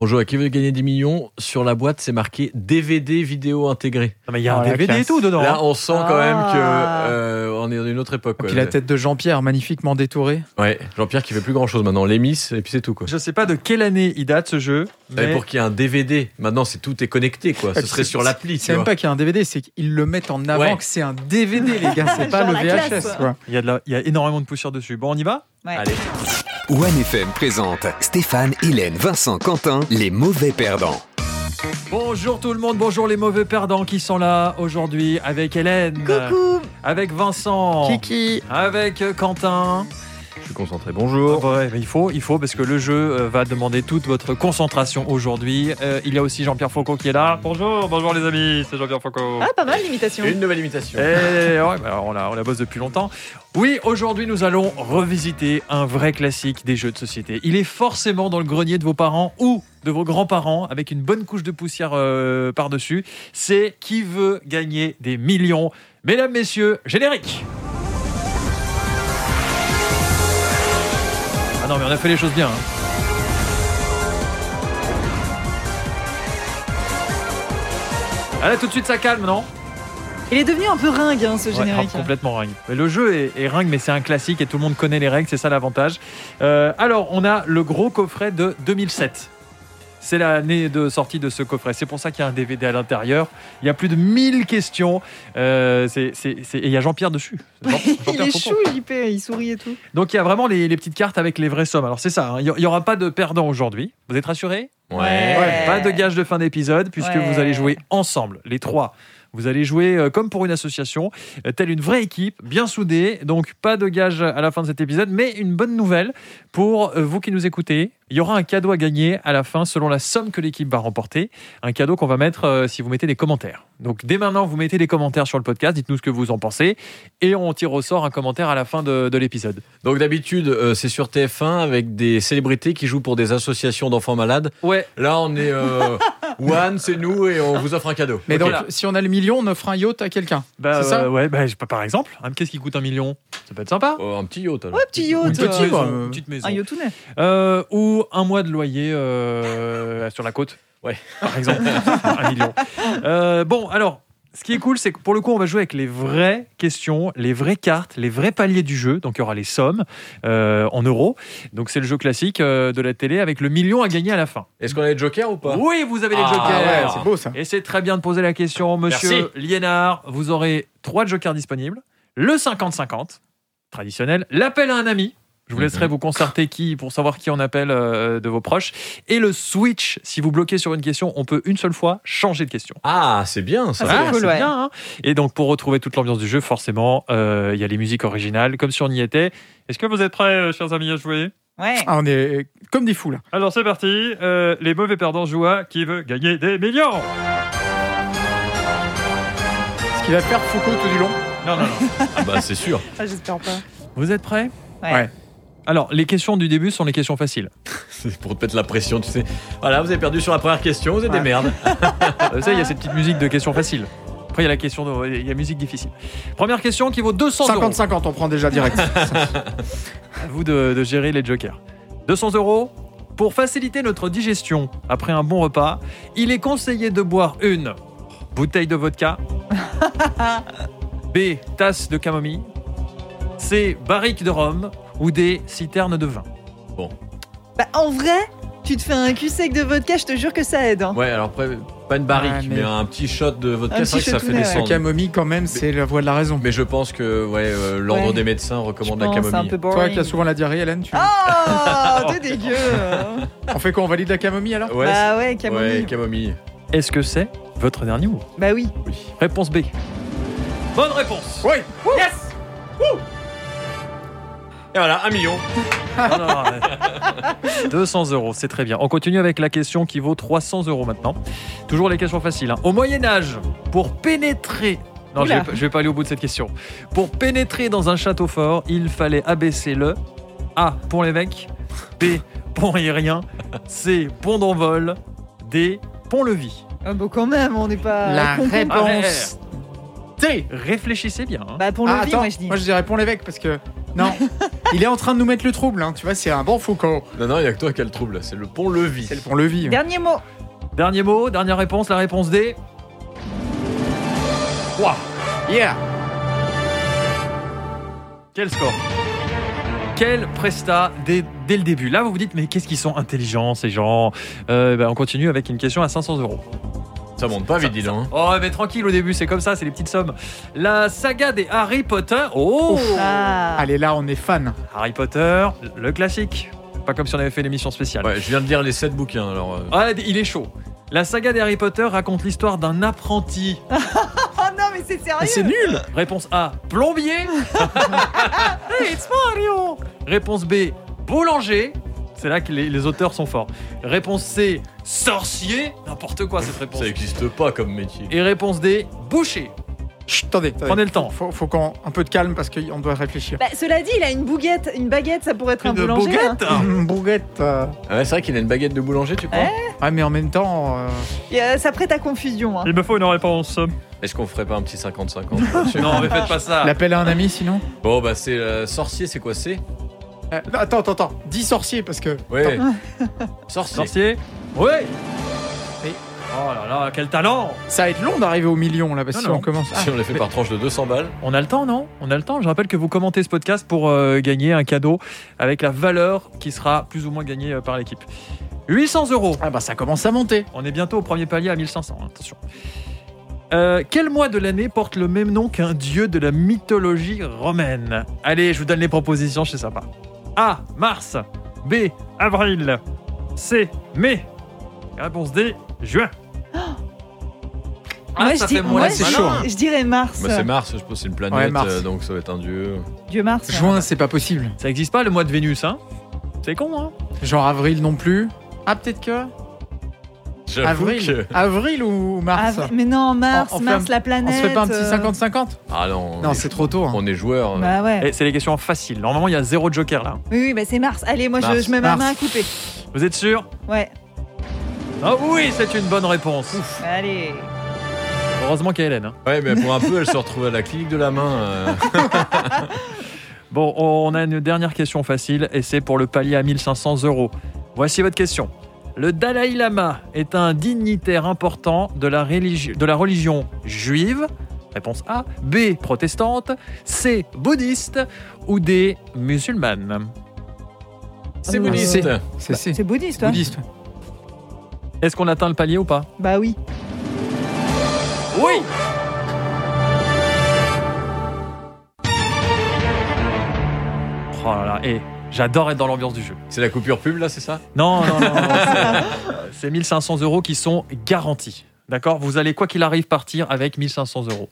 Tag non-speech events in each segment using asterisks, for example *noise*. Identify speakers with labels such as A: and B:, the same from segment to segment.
A: Bonjour, qui veut gagner des millions Sur la boîte, c'est marqué DVD vidéo intégré.
B: Non, mais il y a
C: Oh,
B: un
C: la
B: DVD et
C: classe.
B: tout dedans. hein.
A: Là, on sent quand même que
D: Ah.
A: euh, on est dans une autre époque.
C: Et
A: quoi.
C: puis la tête de Jean-Pierre, magnifiquement détourée.
A: Ouais, Jean-Pierre qui fait plus grand chose maintenant. L'émis, et puis c'est tout quoi.
B: Je sais pas de quelle année il date ce jeu.
A: Et
B: Mais
A: pour qu'il y ait un DVD, maintenant c'est tout est connecté quoi. Ce
C: puis
A: serait
C: Ah, c'est-
A: sur l'appli. tu
C: C'est même
A: vois.
C: pas qu'il y a un DVD, c'est qu'ils le mettent en avant
A: Ouais.
C: que c'est un DVD, les gars. C'est pas
D: Genre
C: le
D: la
C: VHS.
D: classe.
C: quoi.
B: il y, a de la- il y a énormément de poussière dessus. Bon, on y va
D: Ouais.
A: Allez.
E: One FM présente Stéphane, Hélène, Vincent, Quentin, les mauvais perdants.
B: Bonjour tout le monde, bonjour les mauvais perdants qui sont là aujourd'hui avec Hélène.
D: Coucou
B: Avec Vincent.
D: Kiki
B: Avec euh, Quentin. Ah,
A: Je suis concentré. Bonjour.
B: Ouais, mais il faut, il faut, parce que le jeu euh, va demander toute votre concentration aujourd'hui. Euh, il y a aussi Jean-Pierre Foucault qui est là. Bonjour, bonjour les amis, c'est Jean-Pierre Foucault.
D: Ah, pas mal l'imitation.
A: Une nouvelle imitation.
B: Eh, ouais, bah, on, la, on la bosse depuis longtemps. Oui, aujourd'hui, nous allons revisiter un vrai classique des jeux de société. Il est forcément dans le grenier de vos parents ou de vos grands-parents, avec une bonne couche de poussière euh, par-dessus. C'est qui veut gagner des millions Mesdames, messieurs, générique Ah non, mais on a fait les choses bien. hein. Ah là, tout de suite, ça calme, non
D: Il est devenu un peu ringue, hein, ce
B: Ouais,
D: générique.
B: ah, complètement ringue. Mais le jeu est, est ringue, mais c'est un classique et tout le monde connaît les règles, c'est ça l'avantage. Euh, alors, on a le gros coffret de 2007. C'est l'année de sortie de ce coffret. C'est pour ça qu'il y a un DVD à l'intérieur. Il y a plus de 1000 questions. Euh, c'est- c'est- c'est- Et il y a Jean-Pierre
D: *laughs*
B: dessus. Jean-
D: *laughs* il
B: Jean-Pierre
D: est
B: Foucault.
D: chou, JP, il sourit et tout.
B: Donc il y a vraiment les, les petites cartes avec les vraies sommes. Alors c'est ça, hein. il n'y aura pas de perdant aujourd'hui. Vous êtes rassurés
A: Ouais.
D: Ouais.
B: Pas de gage de fin d'épisode, puisque
D: Ouais.
B: vous allez jouer ensemble, les trois. Vous allez jouer euh, comme pour une association, euh, telle une vraie équipe, bien soudée. Donc, pas de gage à la fin de cet épisode, mais une bonne nouvelle pour euh, vous qui nous écoutez. Il y aura un cadeau à gagner à la fin selon la somme que l'équipe va remporter. Un cadeau qu'on va mettre euh, si vous mettez des commentaires. Donc, dès maintenant, vous mettez des commentaires sur le podcast, dites-nous ce que vous en pensez, et on tire au sort un commentaire à la fin de, de l'épisode.
A: Donc d'habitude, euh, c'est sur TF1 avec des célébrités qui jouent pour des associations d'enfants malades.
B: Ouais,
A: Là, on est
C: *laughs*
A: euh, One, c'est nous et on vous offre un cadeau.
C: Mais
A: Ok.
C: donc, si on a le million, on offre un yacht à quelqu'un.
B: bah,
C: C'est ça
B: euh, ouais, bah, je- par exemple, hein, qu'est-ce qui coûte un million Ça peut être sympa.
A: Oh, un petit yacht. alors.
D: Ouais, petit yacht. euh,
C: Ou
B: Une
C: Petit,
B: petite
C: quoi.
B: maison, une petite maison.
D: Un yachtounet.
B: Euh, ou un mois de loyer euh, sur la côte.
A: Ouais.
B: Par exemple, un million. Euh, bon, alors, ce qui est cool, c'est que pour le coup, on va jouer avec les vraies questions, les vraies cartes, les vrais paliers du jeu. Donc, il y aura les sommes euh, en euros. Donc, c'est le jeu classique euh, de la télé avec le million à gagner à la fin.
A: Est-ce qu'on a les jokers ou pas
B: Oui, vous avez les
A: Ah,
B: jokers.
A: ouais,
C: c'est beau ça.
B: Et c'est très bien de poser la question, monsieur
A: Merci.
B: Liénard. Vous aurez trois jokers disponibles. Le 50-50, traditionnel. L'appel à un ami. Je vous laisserai vous concerter qui pour savoir qui on appelle euh, de vos proches. Et le switch. Si vous bloquez sur une question, on peut une seule fois changer de question.
A: Ah, c'est bien ça.
D: Ah, c'est cool, ouais.
B: bien. hein. Et donc, pour retrouver toute l'ambiance du jeu, forcément, euh, il y a les musiques originales, comme si on y était. Est-ce que vous êtes prêts, euh, chers amis, à jouer
D: Ouais.
C: Ah, on est comme des fous là.
B: alors c'est parti, euh, les mauvais perdants jouent à qui veut gagner des millions
C: Ce qu'il va faire Foucault tout du long.
B: Non, non, non.
A: Ah, bah, c'est sûr.
D: Ah, j'espère pas.
B: Vous êtes prêts
D: Ouais.
C: Ouais.
B: Alors, les questions du début sont les questions faciles.
A: C'est pour te mettre la pression, tu sais. Voilà, vous avez perdu sur la première question, vous êtes
C: Ouais.
A: des merdes.
B: Vous savez, il y a cette petite musique de questions faciles. Après, il y a la question, de- il y a musique difficile. Première question qui vaut 200 euros.
C: 50-50, on prend déjà
D: *laughs*
C: direct.
B: À vous de, de gérer les jokers. 200 euros. Pour faciliter notre digestion après un bon repas, il est conseillé de boire une bouteille de vodka, B tasse de camomille, C barrique de rhum ou D citerne de vin.
D: Bah, en vrai, tu te fais un cul sec de vodka, je te jure que ça aide. hein.
A: Ouais, alors après, pas une barrique, mais...
C: Ouais, mais-
A: un petit shot de
D: Un
A: vodka,
D: petit
A: c'est vrai que ça fait
D: shotounet, ouais.
C: La
A: descendre.
C: camomille, quand même, c'est la voie de la raison.
A: Mais je pense que ouais, euh, l'ordre
D: Ouais.
A: des médecins
D: Je
A: recommande la
D: pense, c'est un
A: camomille.
D: peu
C: Toi
D: boring.
C: qui as souvent la diarrhée, Hélène, tu...
D: Ah. Oh, t'es dégueu. hein.
C: on fait quoi On valide la camomille alors
A: Ouais,
D: bah ouais,
A: c'est-
D: camomille.
A: ouais, camomille.
B: Est-ce que c'est votre dernier mot
D: Bah oui.
B: Réponse B. Bonne réponse.
C: Ouais
A: Et voilà, un million.
B: Non, non, non, ouais. *laughs* 200 euros, c'est très bien. On continue avec la question qui vaut 300 euros maintenant. Toujours les questions faciles. hein. Au Moyen Âge, pour pénétrer... Non, je vais,
D: Oula.
B: pas- je vais pas aller au bout de cette question. Pour pénétrer dans un château fort, il fallait abaisser le A pour l'évêque, B pont aérien, C pont d'envol, D pont-levis.
D: Ah, bon, quand même, on n'est pas.
C: La
D: con, con, con.
C: réponse T
B: Réfléchissez bien. hein.
D: Bah, pour le
C: Ah,
D: vivre,
C: attends,
D: moi je dis. *laughs*
C: moi je dirais pont l'évêque parce que. Non, Il est en train de nous mettre le trouble, hein. tu vois, c'est un bon Foucault.
A: Non, non, il n'y a que toi qui as le trouble. C'est le pont-levis.
C: C'est le pont-levis.
D: Dernier mot.
B: Dernier mot, dernière réponse, la réponse D. Ouah,
C: Yeah
B: quel score quel prestat dès, dès le début. Là, vous vous dites, mais qu'est-ce qu'ils sont intelligents, ces gens Euh, ben, On continue avec une question à 500 euros.
A: Ça monte pas vite, dis donc. hein.
B: Oh, mais tranquille, au début, c'est comme ça, c'est les petites sommes. La saga des Harry Potter. Oh
D: Ah.
C: Allez, là, on est fan.
B: Harry Potter, le classique. Pas comme si on avait fait une émission spéciale.
A: Ouais, je viens de lire les 7 bouquins, alors. euh,
B: Ah, il est chaud. La saga des Harry Potter raconte l'histoire d'un apprenti.
D: Oh non, mais c'est sérieux.
C: C'est nul
B: Réponse A, plombier. Hey, it's Mario. Réponse B, boulanger. C'est là que les, les auteurs sont forts. Réponse C, sorcier. N'importe quoi
D: Ah,
B: cette réponse.
A: Ça n'existe pas comme métier.
B: Et réponse D, boucher.
C: Chut, attendez, attendez.
B: Prenez le temps.
C: Faut, faut qu'on un peu de calme parce qu'on doit réfléchir.
D: Bah, cela dit, il a une baguette, une baguette, ça pourrait être un
B: Une
D: boulanger.
C: *laughs*
D: hein.
B: boguette
C: Hum, Bourguette. euh.
A: Ah ouais, c'est vrai qu'il a une baguette de boulanger, tu crois
C: Ouais, mais en même temps, euh,
D: Et, euh, ça prête à confusion. hein.
B: Il me faut une réponse.
D: Eh
A: Est-ce qu'on ferait pas un petit
D: *laughs*
A: 50-50 là-dessus
B: Non, mais faites pas ça.
C: l'appel à un ami sinon
A: Bon, bah, c'est euh, sorcier, c'est quoi C'est
C: Euh, non, Attends, attends, attends. Dis sorcier parce que.
A: Ouais. sorcier.
B: Sorcier Ouais
C: Oui.
B: Oh là là, quel talent
C: Ça va être long d'arriver au million là parce
B: Non,
C: que si
B: non.
C: on commence. Ah,
A: Si on l'a fait par tranche de 200 balles.
B: On a le temps, non On a le temps. Je rappelle que vous commentez ce podcast pour euh, gagner un cadeau avec la valeur qui sera plus ou moins gagnée euh, par l'équipe. 800 euros
C: ah bah ça commence à monter.
B: On est bientôt au premier palier à 1500, hein, attention. Euh, quel mois de l'année porte le même nom qu'un dieu de la mythologie romaine Allez, je vous donne les propositions, c'est sympa. A. Mars. B. Avril. C. Mai. Réponse D. Juin. Ah,
D: moi,
B: ça
D: je, dis-
B: fait moins
D: moi,
B: la
D: je-
C: c'est chaud, hein.
D: je dirais Mars.
A: Bah, c'est Mars, je pense, c'est une planète,
C: Ouais, Mars.
A: euh, donc ça va être un dieu.
D: Dieu Mars. hein.
C: Juin, c'est pas possible.
B: Ça n'existe pas le mois de Vénus, hein C'est con, hein
C: Genre avril non plus. Ah peut-être que
A: J'avoue
C: avril.
A: que-
C: Avril ou mars
D: Avri- Ah, Mais non, Mars,
C: On- on fait
D: Mars,
C: un-
D: la planète.
C: On se fait pas un petit
D: euh,
C: 50-50
A: Ah non. on
C: Non,
A: est-
C: c'est trop tôt. hein.
A: On est euh. joueur.
D: Bah ouais.
B: Eh, C'est les questions faciles. Normalement, il y a zéro joker là.
D: Oui, oui, bah c'est Mars. Allez, moi, je-
A: Mars,
D: je, mets ma
C: Mars.
D: main à couper.
B: Vous êtes sûr
D: Ouais.
B: Ah oui, c'est une bonne réponse.
D: Allez.
B: Heureusement qu'il y a Hélène. hein.
A: Ouais, mais pour un peu, elle se retrouve à la clinique de la main. euh.
B: Bon, on a une dernière question facile et c'est pour le palier à 1500 euros. Voici votre question. Le Dalai Lama est un dignitaire important de la, religi- de la religion juive Réponse A. B. Protestante. C. Bouddhiste. Ou D. Musulmane
A: C'est
D: Euh,
A: bouddhiste.
C: C'est c'est
D: C'est bouddhiste, toi
C: Bouddhiste.
B: Est-ce qu'on atteint le palier ou pas
D: Bah oui.
B: Oui Oh là là, et j'adore être dans l'ambiance du jeu.
A: C'est la coupure pub là, c'est ça
B: Non, non, non, non, c'est- euh, c'est 1500 euros qui sont garantis. D'accord Vous allez, quoi qu'il arrive, partir avec 1500 euros.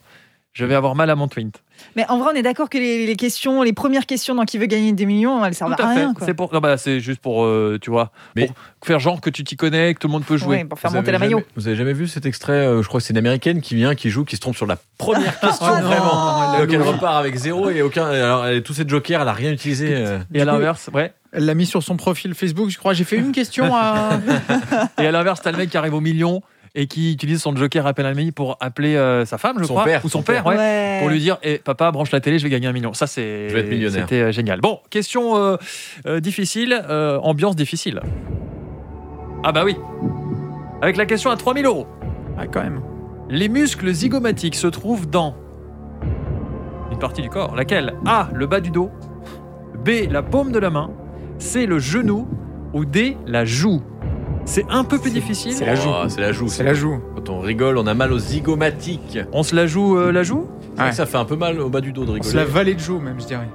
B: Je vais avoir mal à mon twint.
D: Mais en vrai, on est d'accord que les, les questions, les premières questions dans qui veut gagner des millions, elles servent à, rien. Quoi.
B: C'est pour, non, bah, c'est juste pour, euh, tu vois,
A: Mais-
B: pour faire genre que tu t'y connais, que tout le monde peut jouer.
D: Ouais, pour faire
A: Vous
D: monter
A: avez
D: la
A: jamais-
D: maillot.
A: Vous avez jamais vu cet extrait euh, Je crois que c'est une américaine qui vient, qui joue, qui se trompe sur la première question
D: Ah, non,
A: vraiment.
C: elle a
A: Donc elle
C: loupé.
A: repart avec zéro et aucun. Alors elle- tous ces jokers, elle a rien utilisé. euh.
B: Et à
C: Du coup-
B: l'inverse, ouais.
C: Elle l'a mis sur son profil Facebook, je crois. J'ai fait une question à.
B: Et à l'inverse, t'as le mec qui arrive au million et qui utilise son joker appel à pour appeler euh, sa femme, je
A: Son
B: crois,
A: père,
B: ou son,
A: son
B: père,
A: père.
B: ouais.
D: Ouais.
B: pour lui dire eh, papa branche la télé je vais gagner un million ça c'est
A: Je vais être millionnaire.
B: c'était euh, génial bon question euh, euh, difficile euh, ambiance difficile ah bah oui avec la question à 3000 euros
C: Ah, quand même.
B: les muscles zygomatiques se trouvent dans une partie du corps laquelle A le bas du dos B la paume de la main C le genou ou D la joue c'est un peu plus difficile
C: C'est la joue.
A: Oh, c'est la joue.
C: C'est la joue.
A: Quand on rigole, on a mal aux zygomatiques.
B: on se la joue euh, la joue
A: C'est vrai
C: Ouais.
A: que Ça fait un peu mal au bas du dos de rigoler.
C: C'est la vallée de joue, même, je dirais.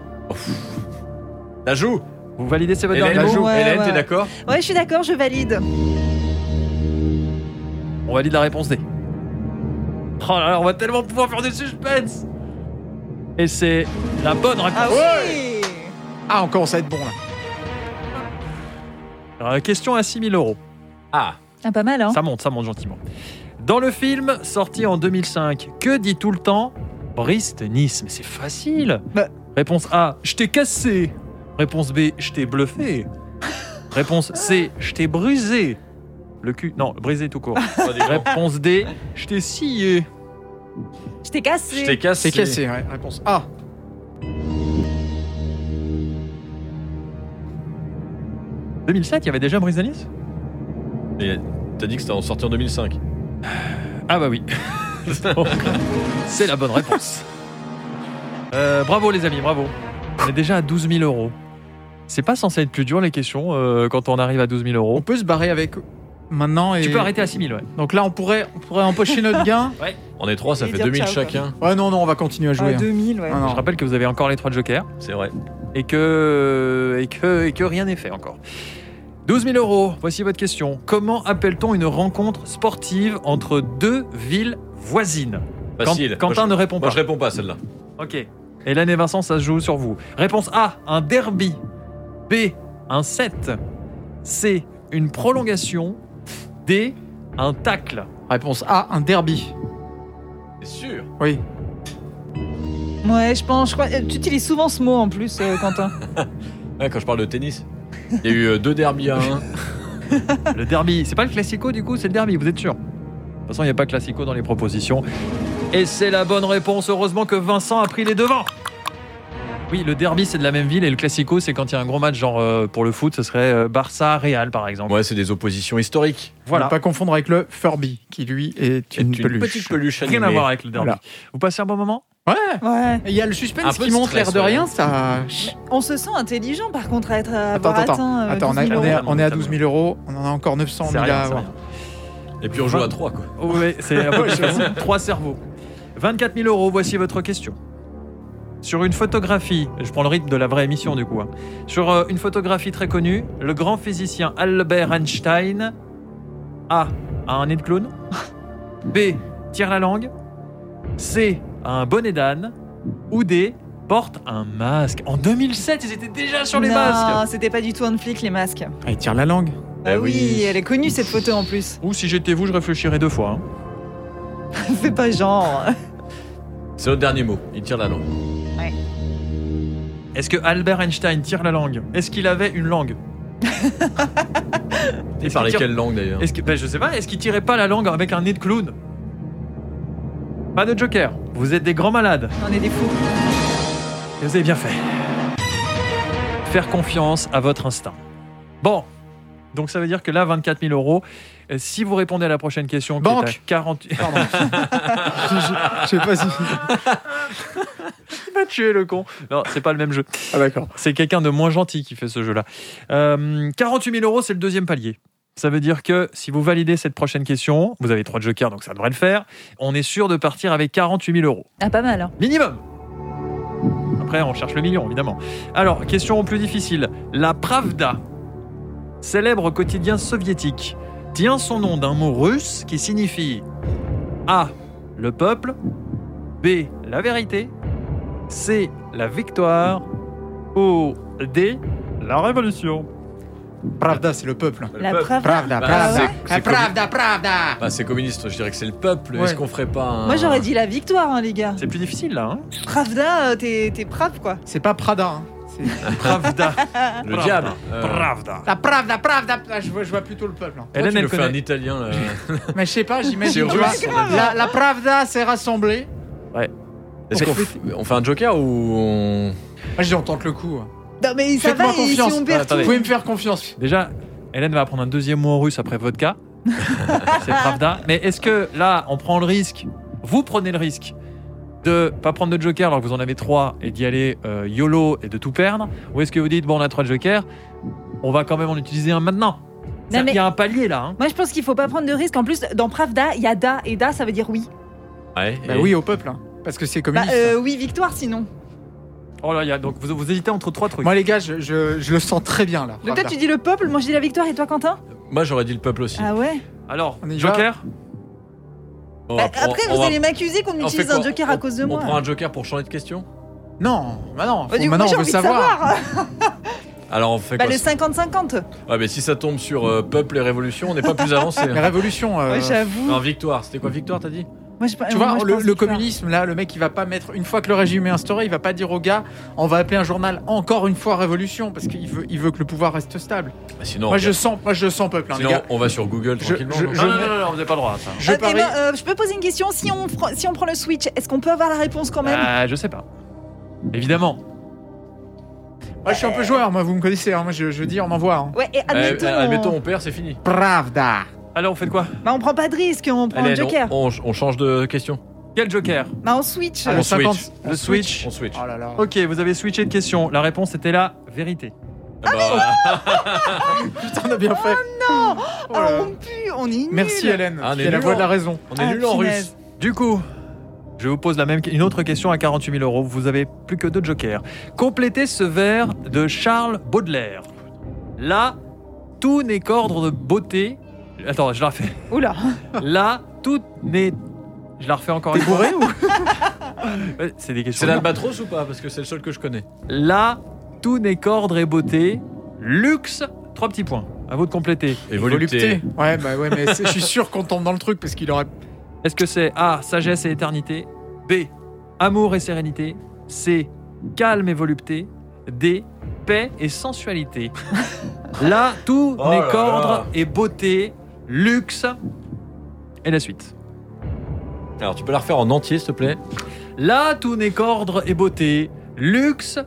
A: La joue.
B: vous validez ces votre
A: Hélène,
B: dernier
C: la
B: mot
C: joue.
D: Ouais,
A: Hélène,
D: ouais.
A: t'es d'accord
D: Ouais, je suis d'accord, je valide.
B: On valide la réponse D. Oh là là, on va tellement pouvoir faire des suspense Et c'est la bonne réponse.
D: Ah oui
C: Ah, encore, ça va être bon, là.
B: Alors, la question à 6000 euros.
A: Ah.
D: Ah, pas mal, hein
B: Ça monte, ça monte gentiment. Dans le film sorti en 2005, que dit tout le temps Brice de Nice Mais c'est facile
D: Bah.
B: Réponse A, je t'ai cassé. Réponse B, je t'ai
D: *laughs*
B: bluffé. Réponse C, je t'ai brisé. Le cul, non, brisé
D: *laughs*
B: tout court.
A: Ça dépend.
B: Réponse D, je t'ai scié.
D: Je t'ai
A: Je
D: cassé.
A: t'ai cassé.
C: C'est cassé, ouais. Réponse A.
B: 2007, il y avait déjà Brice Danis
A: Et T'as dit que c'était en sorti en 2005.
B: Ah bah oui. *laughs* Donc, C'est la bonne réponse. Euh, bravo les amis, bravo. On est déjà à 12 000 euros. C'est pas censé être plus dur les questions euh, quand on arrive à 12 000
C: On
B: euros.
C: peut se barrer avec maintenant. Et...
B: Tu peux arrêter à 6 000, ouais.
C: Donc là, on pourrait, on pourrait empocher *laughs* notre gain.
A: On est trois, ça
D: Et
A: fait
D: dire
A: 2000
D: ciao, quoi.
A: chacun.
C: Ouais, non, non, on va continuer à
D: À
C: jouer. hein.
D: 2000, ouais.
C: Ah, non.
B: Je rappelle que vous avez encore les trois jokers
A: C'est vrai.
B: et que, et que, et que rien n'est fait encore. 12 000 euros, voici votre question. Comment appelle-t-on une rencontre sportive entre deux villes voisines
A: Facile.
B: Quand- Quentin
A: moi,
B: ne répond
A: je,
B: pas.
A: moi, je réponds pas à celle-là.
B: Ok. Hélène et Vincent, ça se joue sur vous. Réponse A, un derby. B, un set. C, une prolongation. D, un tacle.
C: Réponse A, un derby.
A: C'est sûr.
C: Oui.
D: Ouais, je pense, je crois. euh, Tu utilises souvent ce mot en plus, euh, Quentin.
A: Ouais, quand je parle de *laughs* tennis, il y a eu euh, deux derbies à un.
B: Le derby, c'est pas le classico du coup, c'est le derby, vous êtes sûr De toute façon, il n'y a pas classico dans les propositions. Et c'est la bonne réponse, heureusement que Vincent a pris les devants. Oui, le derby, c'est de la même ville et le classico, c'est quand il y a un gros match, genre euh, pour le foot, ce serait euh, Barça-Real par exemple.
A: Ouais, c'est des oppositions historiques.
C: Ne
B: Voilà.
C: pas confondre avec le Furby, qui lui est
A: Et
C: une, peluche.
A: petite peluche
B: Rien à
A: animée.
B: voir avec le derby.
C: Voilà.
B: Vous passez un bon moment
C: Ouais.
D: Ouais.
C: Il y a le suspense
A: Un peu
C: qui monte
A: stress,
C: l'air de
A: ouais.
C: rien, ça.
D: On se sent intelligent par contre à être à
C: Attends,
D: avoir
C: attends,
D: atteint. euh,
C: Attends, on, a-
D: 12 000
C: on est,
D: euros.
C: à- on est à 12 000 euros, on en a encore 900
B: C'est
C: 000
B: rien,
C: à
B: c'est
C: avoir.
B: rien.
A: Et puis on joue à trois, quoi.
B: Oui, c'est à peu près ça. trois cerveaux. 24 000 euros, voici votre question. Sur une photographie, je prends le rythme de la vraie émission du coup, hein. sur euh, une photographie très connue, le grand physicien Albert Einstein A. a un nez de clown, B. tire la langue, C. a un bonnet d'âne, ou D. porte un masque. En 2007, ils étaient déjà sur les
D: non,
B: masques
D: c'était pas du tout un flic les masques.
C: Ah, il tire la langue.
D: Bah
A: Eh
D: oui.
A: oui.
D: elle est connue cette photo en plus.
B: Ou si j'étais vous, je réfléchirais deux fois. hein.
D: Fais pas genre.
A: C'est notre dernier mot. Il tire la langue.
B: Est-ce que Albert Einstein tire la langue Est-ce qu'il avait
A: *laughs*
B: une langue
A: Et
B: Est-ce
A: par
B: qu'il tire-
A: lesquelles langues d'ailleurs
B: est-ce que, ben, Je sais pas, est-ce qu'il tirait pas la langue avec un nez de clown Pas de joker, vous êtes des grands malades,
D: On est des fous.
B: et vous avez bien fait. Faire confiance à votre instinct. Bon, donc ça veut dire que là, 24 000 euros, euh, si vous répondez à la prochaine question, qui est à
C: Banque.
B: 40... *laughs*
C: Pardon. *laughs* je, je- je sais pas si.
B: Il m'a tué le con Non, c'est pas le même jeu.
C: Ah, d'accord.
B: C'est quelqu'un de moins gentil qui fait ce jeu-là. Euh, 48 000 euros, c'est le deuxième palier. Ça veut dire que si vous validez cette prochaine question, vous avez trois jokers, donc ça devrait le faire. On est sûr de partir avec 48 000 euros.
D: Ah pas mal. hein.
B: Minimum Après, on cherche le million, évidemment. Alors, question plus difficile. La Pravda, célèbre quotidien soviétique, tient son nom d'un mot russe qui signifie A. Le peuple B. La vérité C. La victoire ou D. La révolution
C: Pravda, c'est le peuple.
A: Le
D: La
A: peuple.
D: preuve.
C: Pravda,
A: Bah,
C: Pravda.
A: c'est- c'est
C: Ah, Pravda, Pravda.
A: Bah, c'est communiste, je dirais que c'est le peuple.
C: Ouais.
A: Est-ce qu'on ferait pas un...
D: Moi j'aurais dit la victoire hein, les gars.
B: C'est plus difficile là, hein
D: Pravda, euh, t'es t'es prave quoi.
C: C'est pas Prada. hein. C'est-
B: Pravda
A: Le diable. Euh,
B: Pravda
C: *laughs* La Pravda, Pravda. Ah, je, vois, je vois plutôt le peuple. hein.
A: Pourquoi
B: Hélène,
A: tu
B: elle
A: nous fais un
B: connaît.
A: italien *laughs* là
C: Mais je sais pas,
A: C'est
C: j'imagine. tu
A: russe,
C: vois,
A: on a dit.
C: La, la Pravda s'est rassemblée.
A: Est-ce qu'on f- on fait un joker ou on...
C: Moi, je dis, on tente le coup.
D: Non mais ça
C: Faites-moi
D: va et si
C: confiance. Ah,
D: on perd
C: Vous
D: tout.
C: pouvez me faire confiance.
B: Déjà, Hélène va apprendre un deuxième mot en russe après
D: *laughs*
B: vodka. c'est Pravda. Mais est-ce que là, on prend le risque, vous prenez le risque de pas prendre de joker alors que vous en avez trois et d'y aller euh, YOLO et de tout perdre Ou est-ce que vous dites, bon, on a trois jokers, on va quand même en utiliser un maintenant
D: Non,
B: C'est-
D: mais-
B: Il y a un palier là. hein.
D: Moi je pense qu'il faut pas prendre de risques. En plus dans Pravda il y a da et da ça veut dire oui.
A: Ouais,
C: Bah
A: et-
C: oui, au peuple. hein. Parce que c'est
D: Bah
C: communiste. hein.
D: euh, oui victoire sinon.
B: Oh là, il y a, donc vous, vous hésitez entre trois trucs.
C: Moi, les gars, je, je- je le sens très bien là.
D: Donc toi
C: Pravda.
D: tu dis le peuple, moi je dis la victoire et toi Quentin
A: Moi j'aurais dit le peuple aussi.
D: Ah ouais
B: Alors,
C: On y va
B: joker
A: On
D: Bah,
A: va- on-
D: Après
A: on
D: vous
A: va-
D: allez m'accuser qu'on
A: on fait
D: utilise un
A: quoi
D: joker
A: On-
D: à cause de
A: On prend
D: moi. hein.
A: un joker pour changer de question
C: Non, bah non.
D: Bah,
C: faut-
D: du coup,
C: maintenant,
D: j'ai
C: on veut
D: envie de
C: savoir.
A: Alors on fait
D: Bah
A: quoi
D: le 50-50.
A: Ouais, mais si ça tombe sur euh, peuple et révolution, on n'est pas plus avancé.
C: La
D: *laughs*
A: hein.
C: révolution. euh,
D: Ouais, j'avoue.
A: Non, victoire. C'était quoi victoire, t'as dit
D: Moi, je-
C: Tu
D: moi,
C: vois,
D: je
C: le,
D: pense
C: le
D: que tu vas.
C: communisme, là, le mec, il va pas mettre, une fois que le régime est instauré, il va pas dire aux gars, on va appeler un journal encore une fois révolution, parce qu'il veut, il veut que le pouvoir reste stable.
A: Bah, Sinon,
C: moi,
A: on-
C: je sens, moi, je sens peuple, hein, les
A: sinon,
C: gars.
A: on va sur Google
C: Je-
A: tranquillement.
C: je-
A: non Ah,
C: je-
B: non, non, non, non, vous n'avez pas le droit à ça.
C: Je
D: Euh,
C: parie.
D: eh ben, euh, je peux poser une question si on, fr- si on prend le switch, est-ce qu'on peut avoir la réponse quand même
B: Euh, je sais pas. Évidemment.
C: Moi, Ah, je suis un peu joueur, moi, vous me connaissez. hein. Moi, je, je dis, on envoie. hein.
D: Ouais, et
A: Euh,
D: admettons.
A: admettons, on perd, c'est fini.
C: Pravda.
B: Alors, on fait de quoi
D: Bah, on prend pas de risque, on prend
A: Allez,
D: le
A: on-
D: joker.
A: on, on change de question.
B: Quel joker
D: Bah, on switch.
C: Ah,
A: on
C: le
A: switch.
C: 50.
B: Le switch.
A: On switch.
D: Ah,
C: Oh là là.
B: Ok, vous avez switché de question. La réponse était la vérité.
A: Ah bah, voilà.
C: Putain, on a bien fait. Oh là
D: Ah,
C: là.
D: on pue, on est nul.
C: Merci, Hélène.
A: Ah, on est
C: qui est la
A: nul,
C: voix de
A: hein.
C: la raison.
A: on
D: Ah,
A: est nul en
D: punaise.
A: russe.
B: Du coup, je vous pose la même, une autre question à 48 000 euros. Vous avez plus que deux jokers. Complétez ce vers de Charles Baudelaire. Là, tout n'est qu'ordre de beauté. Attends, je la refais.
D: Oula.
B: Là, tout n'est. Je la refais encore une fois.
C: Bourré ou
B: *laughs* Ouais, C'est des questions.
A: C'est l'albatros ou pas Parce que c'est le seul que je connais.
B: Là, tout n'est qu'ordre et beauté. Luxe, trois petits points. À vous de compléter.
A: Et
C: Volupté. Ouais, bah ouais, mais c'est- je suis sûr qu'on tombe dans le truc parce qu'il aurait.
B: Est-ce que c'est A, sagesse et éternité B, amour et sérénité C, calme et volupté D, paix
A: *laughs*
B: et sensualité Là, tout
A: Oh
B: n'est
A: là
B: qu'ordre
A: là.
B: et beauté, luxe et la suite.
A: Alors tu peux la refaire en entier s'il te plaît
B: Là, tout n'est qu'ordre et beauté, luxe,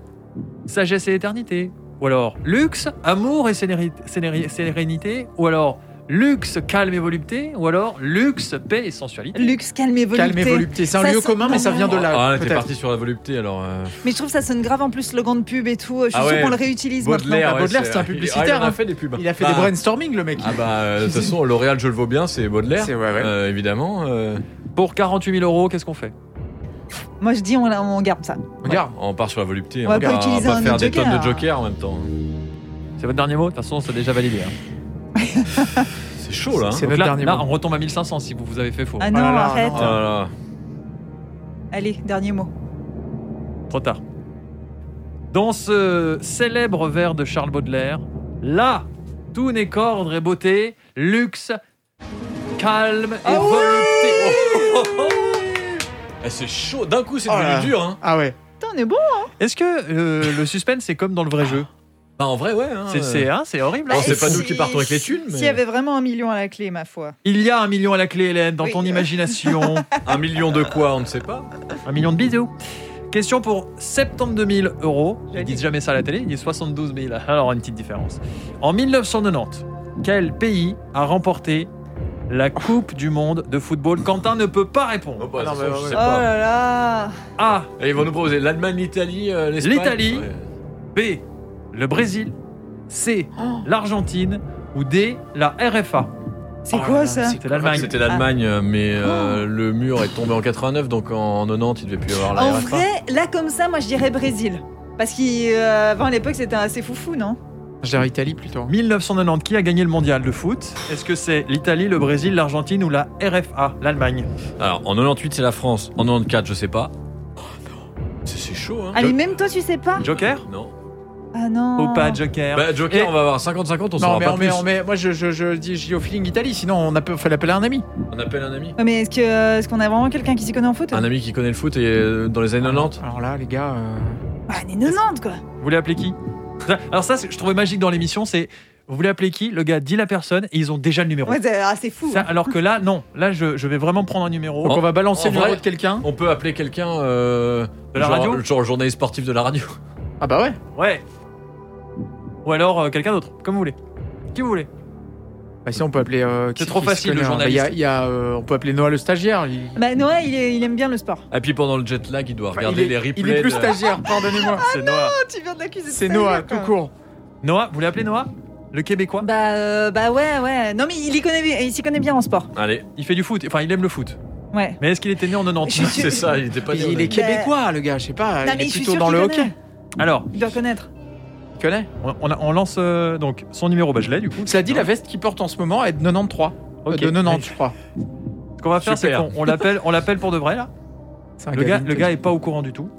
B: sagesse et éternité. Ou alors, luxe, amour et sénéri- sénéri- sérénité. Ou alors, luxe, calme et volupté. Ou alors, luxe, paix et sensualité.
D: Luxe, calme et volupté.
C: Calme et volupté. C'est un
D: Ça
C: lieu
D: sent
C: commun, mais ça
D: pas
C: vient de là.
A: Ah t'es
C: peut-être.
A: parti sur la volupté alors. euh,
D: Mais je trouve que ça sonne grave en plus, slogan de pub et tout. Je suis
A: Ah
D: sûre
A: ouais.
D: qu'on le réutilise
A: Baudelaire,
C: bah, Baudelaire, c'est
A: il-
C: un
A: ah, Il,
C: publicitaire,
A: en
C: hein.
A: a fait des pubs.
C: Il a fait
A: Bah,
C: des brainstorming, le mec.
A: Ah bah euh, de toute façon L'Oréal je le vaux bien, c'est Baudelaire.
C: C'est- ouais, ouais.
A: euh, évidemment. euh,
B: Pour 48 000 euros, qu'est-ce qu'on fait
D: maintenant. Moi, je dis, on, on garde ça.
C: Regarde.
A: On part sur la volupté.
D: On va
A: hein,
D: pas
A: on
D: utiliser
A: va pas
D: un
A: faire
D: autre
A: des
D: joker.
A: tonnes de jokers en même temps.
B: C'est votre dernier mot De toute façon, c'est déjà validé. hein.
A: C'est chaud là. hein.
C: C'est
B: Donc
C: notre
B: là,
C: dernier
B: là,
C: mot.
B: on retombe à 1500 si vous vous avez fait faux.
D: Ah non,
C: là là,
D: arrête.
A: Oh là là.
D: Allez, dernier mot.
B: Trop tard. Dans ce célèbre vers de Charles Baudelaire, là, tout n'est qu'ordre et beauté, luxe, calme et
D: Ah oui
B: volupté.
A: Eh, c'est chaud. D'un coup c'est
C: Oh là
A: devenu
C: là.
A: dur. Hein.
C: Ah ouais.
D: Putain, on est bon.
B: Est-ce que euh, le suspense, c'est comme dans le vrai jeu
A: Bah en vrai ouais. hein,
B: C'est c'est- hein, c'est horrible. hein
A: Bon, c'est pas
D: Si-
A: nous qui partons avec les thunes, mais-
D: S'il y avait vraiment un million à la clé, ma foi.
B: Il y a un million à la clé, Hélène, dans
D: Oui.
B: ton *laughs* imagination.
A: Un million de quoi on ne sait
C: Ah
A: pas.
B: un million de bisous. Question pour 72 000 euros. Ils
D: Joli.
B: disent jamais ça à la télé, ils disent 72 000. Alors, une petite différence. En 1990, quel pays a remporté la Coupe du Monde de football Quentin ne peut pas
A: Oh,
B: répondre.
A: bah, de
C: Non,
A: toute façon,
C: mais ouais, Oh.
A: je
C: ouais.
A: sais
D: Oh
A: pas.
D: là là.
B: A.
A: Et ils vont nous proposer l'Allemagne, l'Italie, euh, l'Espagne.
B: L'Italie.
A: Ouais.
B: B. Le Brésil. C. L'Argentine. Ou D. La RFA.
D: C'est
B: Oh
D: quoi
B: là là,
D: ça
B: C'était l'Allemagne.
A: C'était l'Allemagne,
C: Ah.
A: mais
C: Oh.
A: euh, le mur est tombé en 89, donc en 90, il devait plus y avoir la
D: En
A: RFA.
D: vrai, là, comme ça, moi, je dirais Brésil. Parce qu'avant l'époque, c'était assez foufou, non
C: Je dirais Italie plutôt.
B: 1990, qui a gagné le mondial de foot Est-ce que c'est l'Italie, le Brésil, l'Argentine ou la RFA, l'Allemagne
A: Alors, en 98, c'est la France. En 94, je sais pas.
C: Oh
A: C'est- C'est chaud, hein
D: Allez, même toi, tu sais pas
B: Joker
A: Non.
D: Ah non.
B: Ou pas Joker
A: Bah, Joker,
B: Et-
A: on va avoir 50-50, on
C: Non,
A: saura
C: mais
A: pas
C: on met,
A: plus.
C: on met- moi je, je, je dis je dis au feeling Italie, sinon on a, fallait appeler un ami.
A: On appelle un ami
D: Ouais, mais est-ce que- euh, est-ce qu'on a vraiment quelqu'un qui s'y connaît en foot
A: Un ami qui connaît le foot et euh, dans les années 90
C: Alors là, les gars. euh,
D: Bah, années 90, quoi.
B: Vous voulez appeler qui Alors ça, c'est- je trouvais magique dans l'émission, c'est vous voulez appeler qui Le gars dit la personne et ils ont déjà le numéro.
D: Ouais, c'est ah, c'est fou.
B: Ça,
D: hein.
B: alors que là, non. Là, je, je vais vraiment prendre un numéro.
C: Donc
A: En-
C: on va balancer
A: en
C: le numéro
A: vrai-
C: de quelqu'un.
A: On peut appeler quelqu'un. euh,
B: De la
A: genre,
B: radio
A: Genre le journaliste sportif de la radio.
C: Ah bah ouais.
B: Ouais. Ou alors euh, quelqu'un d'autre, comme vous voulez. Qui vous voulez
C: Bah si on peut appeler. euh, qui-
B: C'est trop
C: qui se
B: facile,
C: connaît,
B: le
C: hein. Bah, il y a- il y a, euh, on peut appeler Noah le stagiaire. Il,
D: Bah, Noah, il, est- il aime bien le sport.
A: Et puis pendant le jet lag, il doit
C: enfin,
A: regarder
C: il est,
A: les replays.
C: Il est plus
A: de-
C: stagiaire, pardonnez-moi.
B: C'est Noah.
D: Oh, tu viens de l'accuser. de
C: C'est
D: stagiaire,
C: Noah,
D: quoi.
C: tout court.
B: Noah, vous voulez appeler Noah Le Québécois
D: Bah, euh, bah ouais, ouais. Non, mais il y connaît- il s'y connaît bien en sport.
A: Allez,
B: Il fait du foot. Enfin, il aime le foot.
D: Ouais.
B: Mais est-ce qu'il était né
D: *laughs*
B: en 90
D: Je suis-
A: c'est ça, il était pas
C: Il,
A: né, on
C: est
A: a dit.
C: québécois, le gars, je sais pas.
D: Non,
C: Ah, il
D: mais
C: est
D: je suis
C: plutôt
D: sûre
C: dans
D: qu'il
C: le
D: connaît.
C: hockey.
B: Alors,
D: Il doit connaître.
C: Il connaît.
B: on, on a- on lance euh, donc son numéro. Bah, je l'ai du coup.
C: Cela dit,
B: Non.
C: la veste qu'il porte en ce moment est de 93.
B: Ok.
C: Euh, De 90, je crois.
B: Ce qu'on va faire, c'est
A: Super.
B: qu'on on l'appelle, on l'appelle pour de vrai là.
C: C'est un
B: Le gars,
C: vintage.
B: le gars est pas au courant du tout.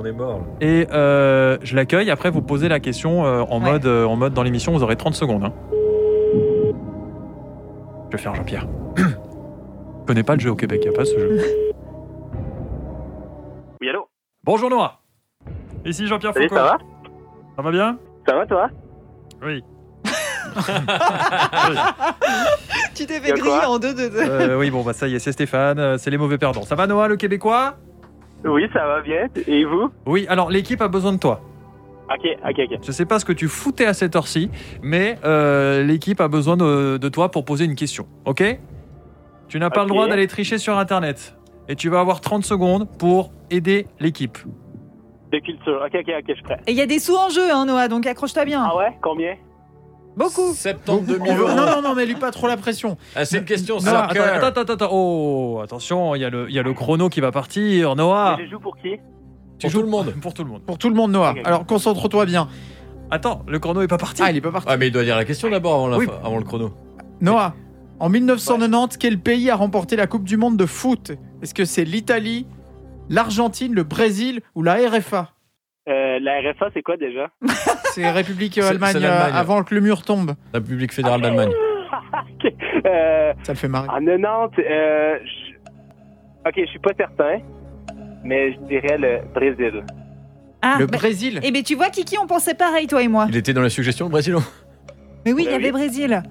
A: On est mort. là.
B: et euh, je l'accueille. Après, vous posez la question euh, en,
D: Ouais.
B: mode, euh, en mode dans l'émission, vous aurez 30 secondes. hein. Je vais faire Jean-Pierre. *coughs* je connais pas le jeu au Québec, il a pas ce jeu.
F: Oui, allô
B: Bonjour Noah Ici Jean-Pierre
F: Salut,
B: Foucault.
F: ça va
B: Ça va bien
F: Ça va, toi
B: Oui.
D: Tu t'es
F: Y
D: fait
F: a
D: griller
F: quoi
D: en deux, deux, deux.
B: Euh, oui, bon, bah ça y est, c'est Stéphane, euh, c'est les mauvais perdants. Ça va Noah, le Québécois
F: Oui, ça va bien. Et vous
B: Oui, alors l'équipe a besoin de toi.
F: Ok, ok, ok.
B: Je sais pas ce que tu foutais à cette heure-ci, mais euh, l'équipe a besoin de, de toi pour poser une question, ok Tu n'as pas le
F: Ok.
B: droit d'aller tricher sur Internet. Et tu vas avoir 30 secondes pour aider l'équipe.
F: De culture. Ok, ok, ok, je suis prêt.
D: Et il y a des sous en jeu, hein, Noah, donc accroche-toi bien.
F: Ah ouais Combien
D: Beaucoup.
A: Septembre
C: On
A: 2000
C: veut-
A: euros.
C: Non, non, non, mais lui pas trop la pression.
A: Ah, c'est une question,
B: Non, attends,
A: soccer.
B: attends, attends, attends. Oh, attention, il y, a le- il y a le chrono qui va partir. Noah,
F: Mais Je joue pour qui
A: Tu joues le monde.
B: *laughs* pour tout le monde.
C: Pour tout le monde, Noah.
F: Ok.
C: Alors concentre-toi bien.
B: Attends, le chrono est pas parti.
C: Ah, il est pas parti.
A: Ah, mais il doit dire la question d'abord avant, la
B: Oui.
A: fin- avant le chrono.
C: Noah, en 1990, quel pays a remporté la Coupe du Monde de foot Est-ce que c'est l'Italie, l'Argentine, le Brésil ou la RFA
F: euh, La RFA, c'est quoi déjà
C: *laughs* C'est République
A: C'est- c'est
C: Allemagne euh,
A: l'Allemagne.
C: avant que le mur tombe.
A: La République fédérale d'Allemagne.
F: euh,
C: Ça le fait marrer.
F: En 90, euh, je- ok, je suis pas certain, mais je dirais le Brésil.
D: Ah,
C: le
D: bah,
C: Brésil
D: eh ben tu vois, Kiki, on pensait pareil, toi et moi.
A: Il était dans la suggestion, le Brésilien.
D: Mais oui, il y
F: Bah
D: avait
F: oui.
D: Brésil.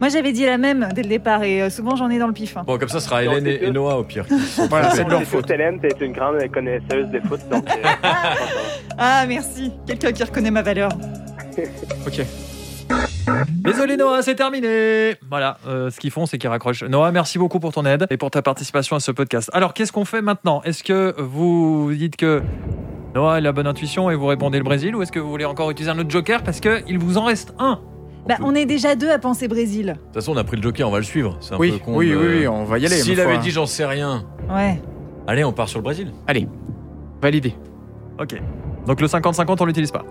D: Moi, j'avais dit la même dès le départ et euh, souvent j'en ai dans le pif. hein.
A: Bon, comme ça, ce sera
F: Non,
A: Hélène
F: c'est
A: et, et
F: sûr.
A: Noah au pire.
C: *laughs* Voilà, c'est de leur
F: C'est
C: faute.
F: sûr, Ah, Hélène, t'es une grande connaisseuse de foot, *laughs* donc. euh,
D: Ah, merci. Quelqu'un qui reconnaît ma valeur.
B: Désolé Noah, c'est terminé. Voilà, euh, ce qu'ils font, c'est qu'ils raccrochent. Noah, merci beaucoup pour ton aide et pour ta participation à ce podcast. Alors, qu'est-ce qu'on fait maintenant Est-ce que vous dites que Noah a la bonne intuition et vous répondez le Brésil ou est-ce que vous voulez encore utiliser un autre joker parce que il vous en reste un
D: Bah,
A: peut-
D: on est déjà deux à penser Brésil.
A: De toute façon, on a pris le joker, on va le suivre. C'est un peu
C: Oui,
A: con.
C: oui,
A: de-
C: oui, oui, on va y aller.
A: S'il
C: ma foi,
A: avait
C: hein.
A: dit j'en sais rien,
D: Ouais.
A: allez, on part sur le Brésil.
C: Validé.
B: Ok. Donc le 50-50, on l'utilise pas.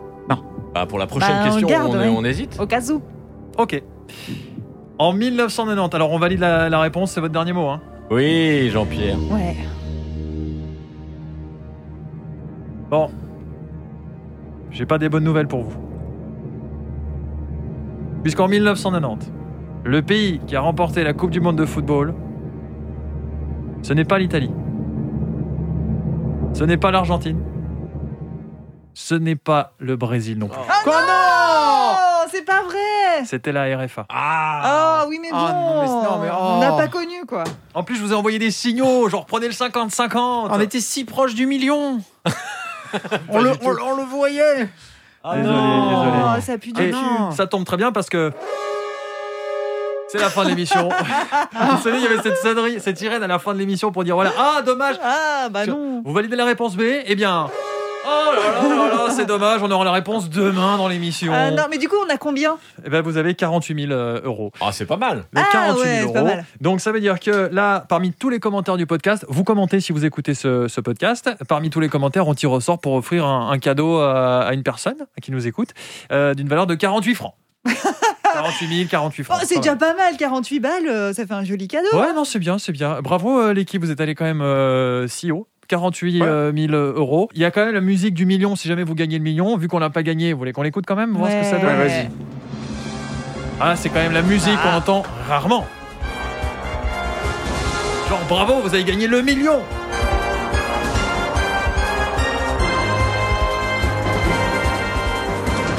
A: Bah, pour la prochaine
D: Bah, on
A: question,
D: garde,
A: on,
D: ouais.
A: on hésite.
D: Au cas où.
B: Ok. En 1990, alors on valide la, la réponse, c'est votre dernier mot. Hein.
A: Oui, Jean-Pierre.
D: Ouais.
B: Bon. J'ai pas des bonnes nouvelles pour vous. Puisqu'en 1990, le pays qui a remporté la Coupe du Monde de football, ce n'est pas l'Italie. Ce n'est pas l'Argentine. Ce n'est pas le Brésil non plus.
C: Quoi, Oh non
D: Oh, c'est pas vrai
B: C'était la RFA.
D: Oh, oui, mais bon
C: Ah, non, mais c'est- non, mais oh.
D: On n'a pas connu, quoi.
B: En plus, je vous ai envoyé des signaux, genre prenez le 50-50.
C: On était si proche du million on, le, on- on le voyait
B: Ah, Désolé, désolé.
D: Oh, ça pue du
B: Et
D: cul.
C: non.
B: ça tombe très bien parce que. C'est la fin de
D: *laughs*
B: l'émission. Vous savez, il y avait cette sonnerie, cette sirène à la fin de l'émission pour dire voilà, ah dommage,
D: Ah, bah non.
B: vous validez la réponse B Eh bien, oh là là là là, c'est dommage, on aura la réponse demain dans l'émission.
D: Ah, non, mais du coup, on a combien
B: Eh bien, vous avez 48 000 euh, euros.
A: Ah, c'est pas mal.
B: Les
D: Ah,
B: 48
D: ouais,
B: 000
D: c'est pas
B: euros.
D: mal.
B: Donc, ça veut dire que là, parmi tous les commentaires du podcast, vous commentez si vous écoutez ce, ce podcast. Parmi tous les commentaires, on tire au sort pour offrir un, un cadeau euh, à, à une personne qui nous écoute euh, d'une valeur de 48
D: *laughs*
B: francs. 48 000, 48
D: Oh,
B: francs.
D: c'est
B: pas
D: déjà
B: mal.
D: pas mal, 48 balles, euh, ça fait un joli cadeau.
B: Ouais, non, c'est bien, c'est bien. Bravo euh, l'équipe, vous êtes allé quand même euh, si haut. 48
C: Ouais.
B: euh, 000 euros. Il y a quand même la musique du million si jamais vous gagnez le million. Vu qu'on l'a pas gagné, vous voulez qu'on l'écoute quand même voir ce que ça
D: Ouais.
B: donne
C: Ouais, vas-y.
B: Ah, c'est quand même la musique qu'on entend rarement. Genre, bravo, vous avez gagné le million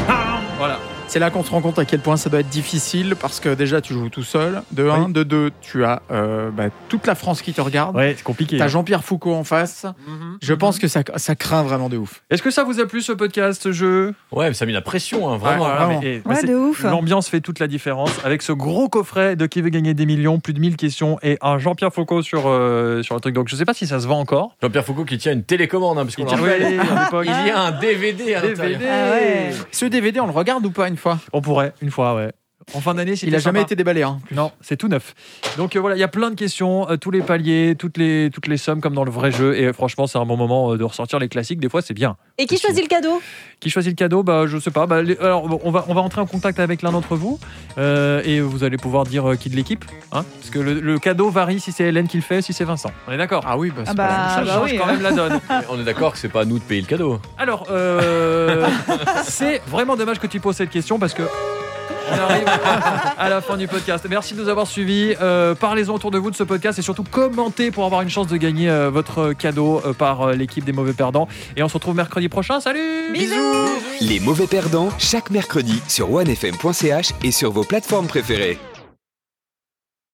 B: Ah, Voilà.
C: C'est là qu'on se rend compte à quel point ça doit être difficile parce que déjà tu joues tout seul, de 1, de 2, tu as euh, bah, toute la France qui te regarde,
B: Ouais, c'est compliqué. hein.
C: t'as Jean-Pierre Foucault en face. Je pense que ça, ça craint vraiment de ouf.
B: Mhm. Est-ce que ça vous a plu ce podcast, ce jeu
A: Ouais, mais ça a mis la pression, hein, vraiment.
C: Ouais,
B: Voilà, mais-
C: vraiment.
B: eh, mais
D: Ouais,
B: c'est-
D: de ouf.
B: L'ambiance fait toute la différence avec ce gros coffret de qui veut gagner des millions, plus de 1000 questions et un Jean-Pierre Foucault sur, euh, sur le truc. Donc je sais pas si ça se vend encore.
A: Jean-Pierre Foucault qui tient une télécommande, hein, parce qu'on
B: *laughs* Il
A: le
B: tient-
A: rappelle.
B: Oui, à l'époque.
A: Il y a un DVD à l'intérieur.
B: DVD.
D: Ah ouais.
C: Ce DVD, on le regarde ou pas une fois
B: On pourrait, une fois, ouais. En fin d'année,
C: Il a jamais été déballé. Hein.
B: Non, c'est tout neuf. Donc euh, voilà, il y a plein de questions, euh, tous les paliers, toutes les, toutes les sommes comme dans le vrai jeu. Et euh, franchement, c'est un bon moment euh, de ressortir les classiques. Des fois, c'est bien.
D: Et qui choisit le cadeau
B: Qui choisit le cadeau Bah, je sais pas. Bah, les- alors, bon, on va, on va entrer en contact avec l'un d'entre vous euh, et vous allez pouvoir dire euh, qui de l'équipe, hein Parce que le, le cadeau varie si c'est Hélène qui le fait, si c'est Vincent. On est d'accord
C: Ah oui, bah, c'est
D: Ah bah,
C: pas la même
B: Ça
D: bah
B: change
D: oui,
B: quand même la donne.
A: Mais On est d'accord que c'est pas à nous de payer le cadeau.
B: Alors, euh, c'est vraiment dommage que tu poses cette question parce que. On arrive à la fin du podcast. Merci de nous avoir suivis. Euh, Parlez-en autour de vous de ce podcast et surtout commentez pour avoir une chance de gagner euh, votre cadeau euh, par euh, l'équipe des mauvais perdants. Et on se retrouve mercredi prochain. Salut
D: Bisous
E: Les mauvais perdants, chaque mercredi sur onefm.ch et sur vos plateformes préférées.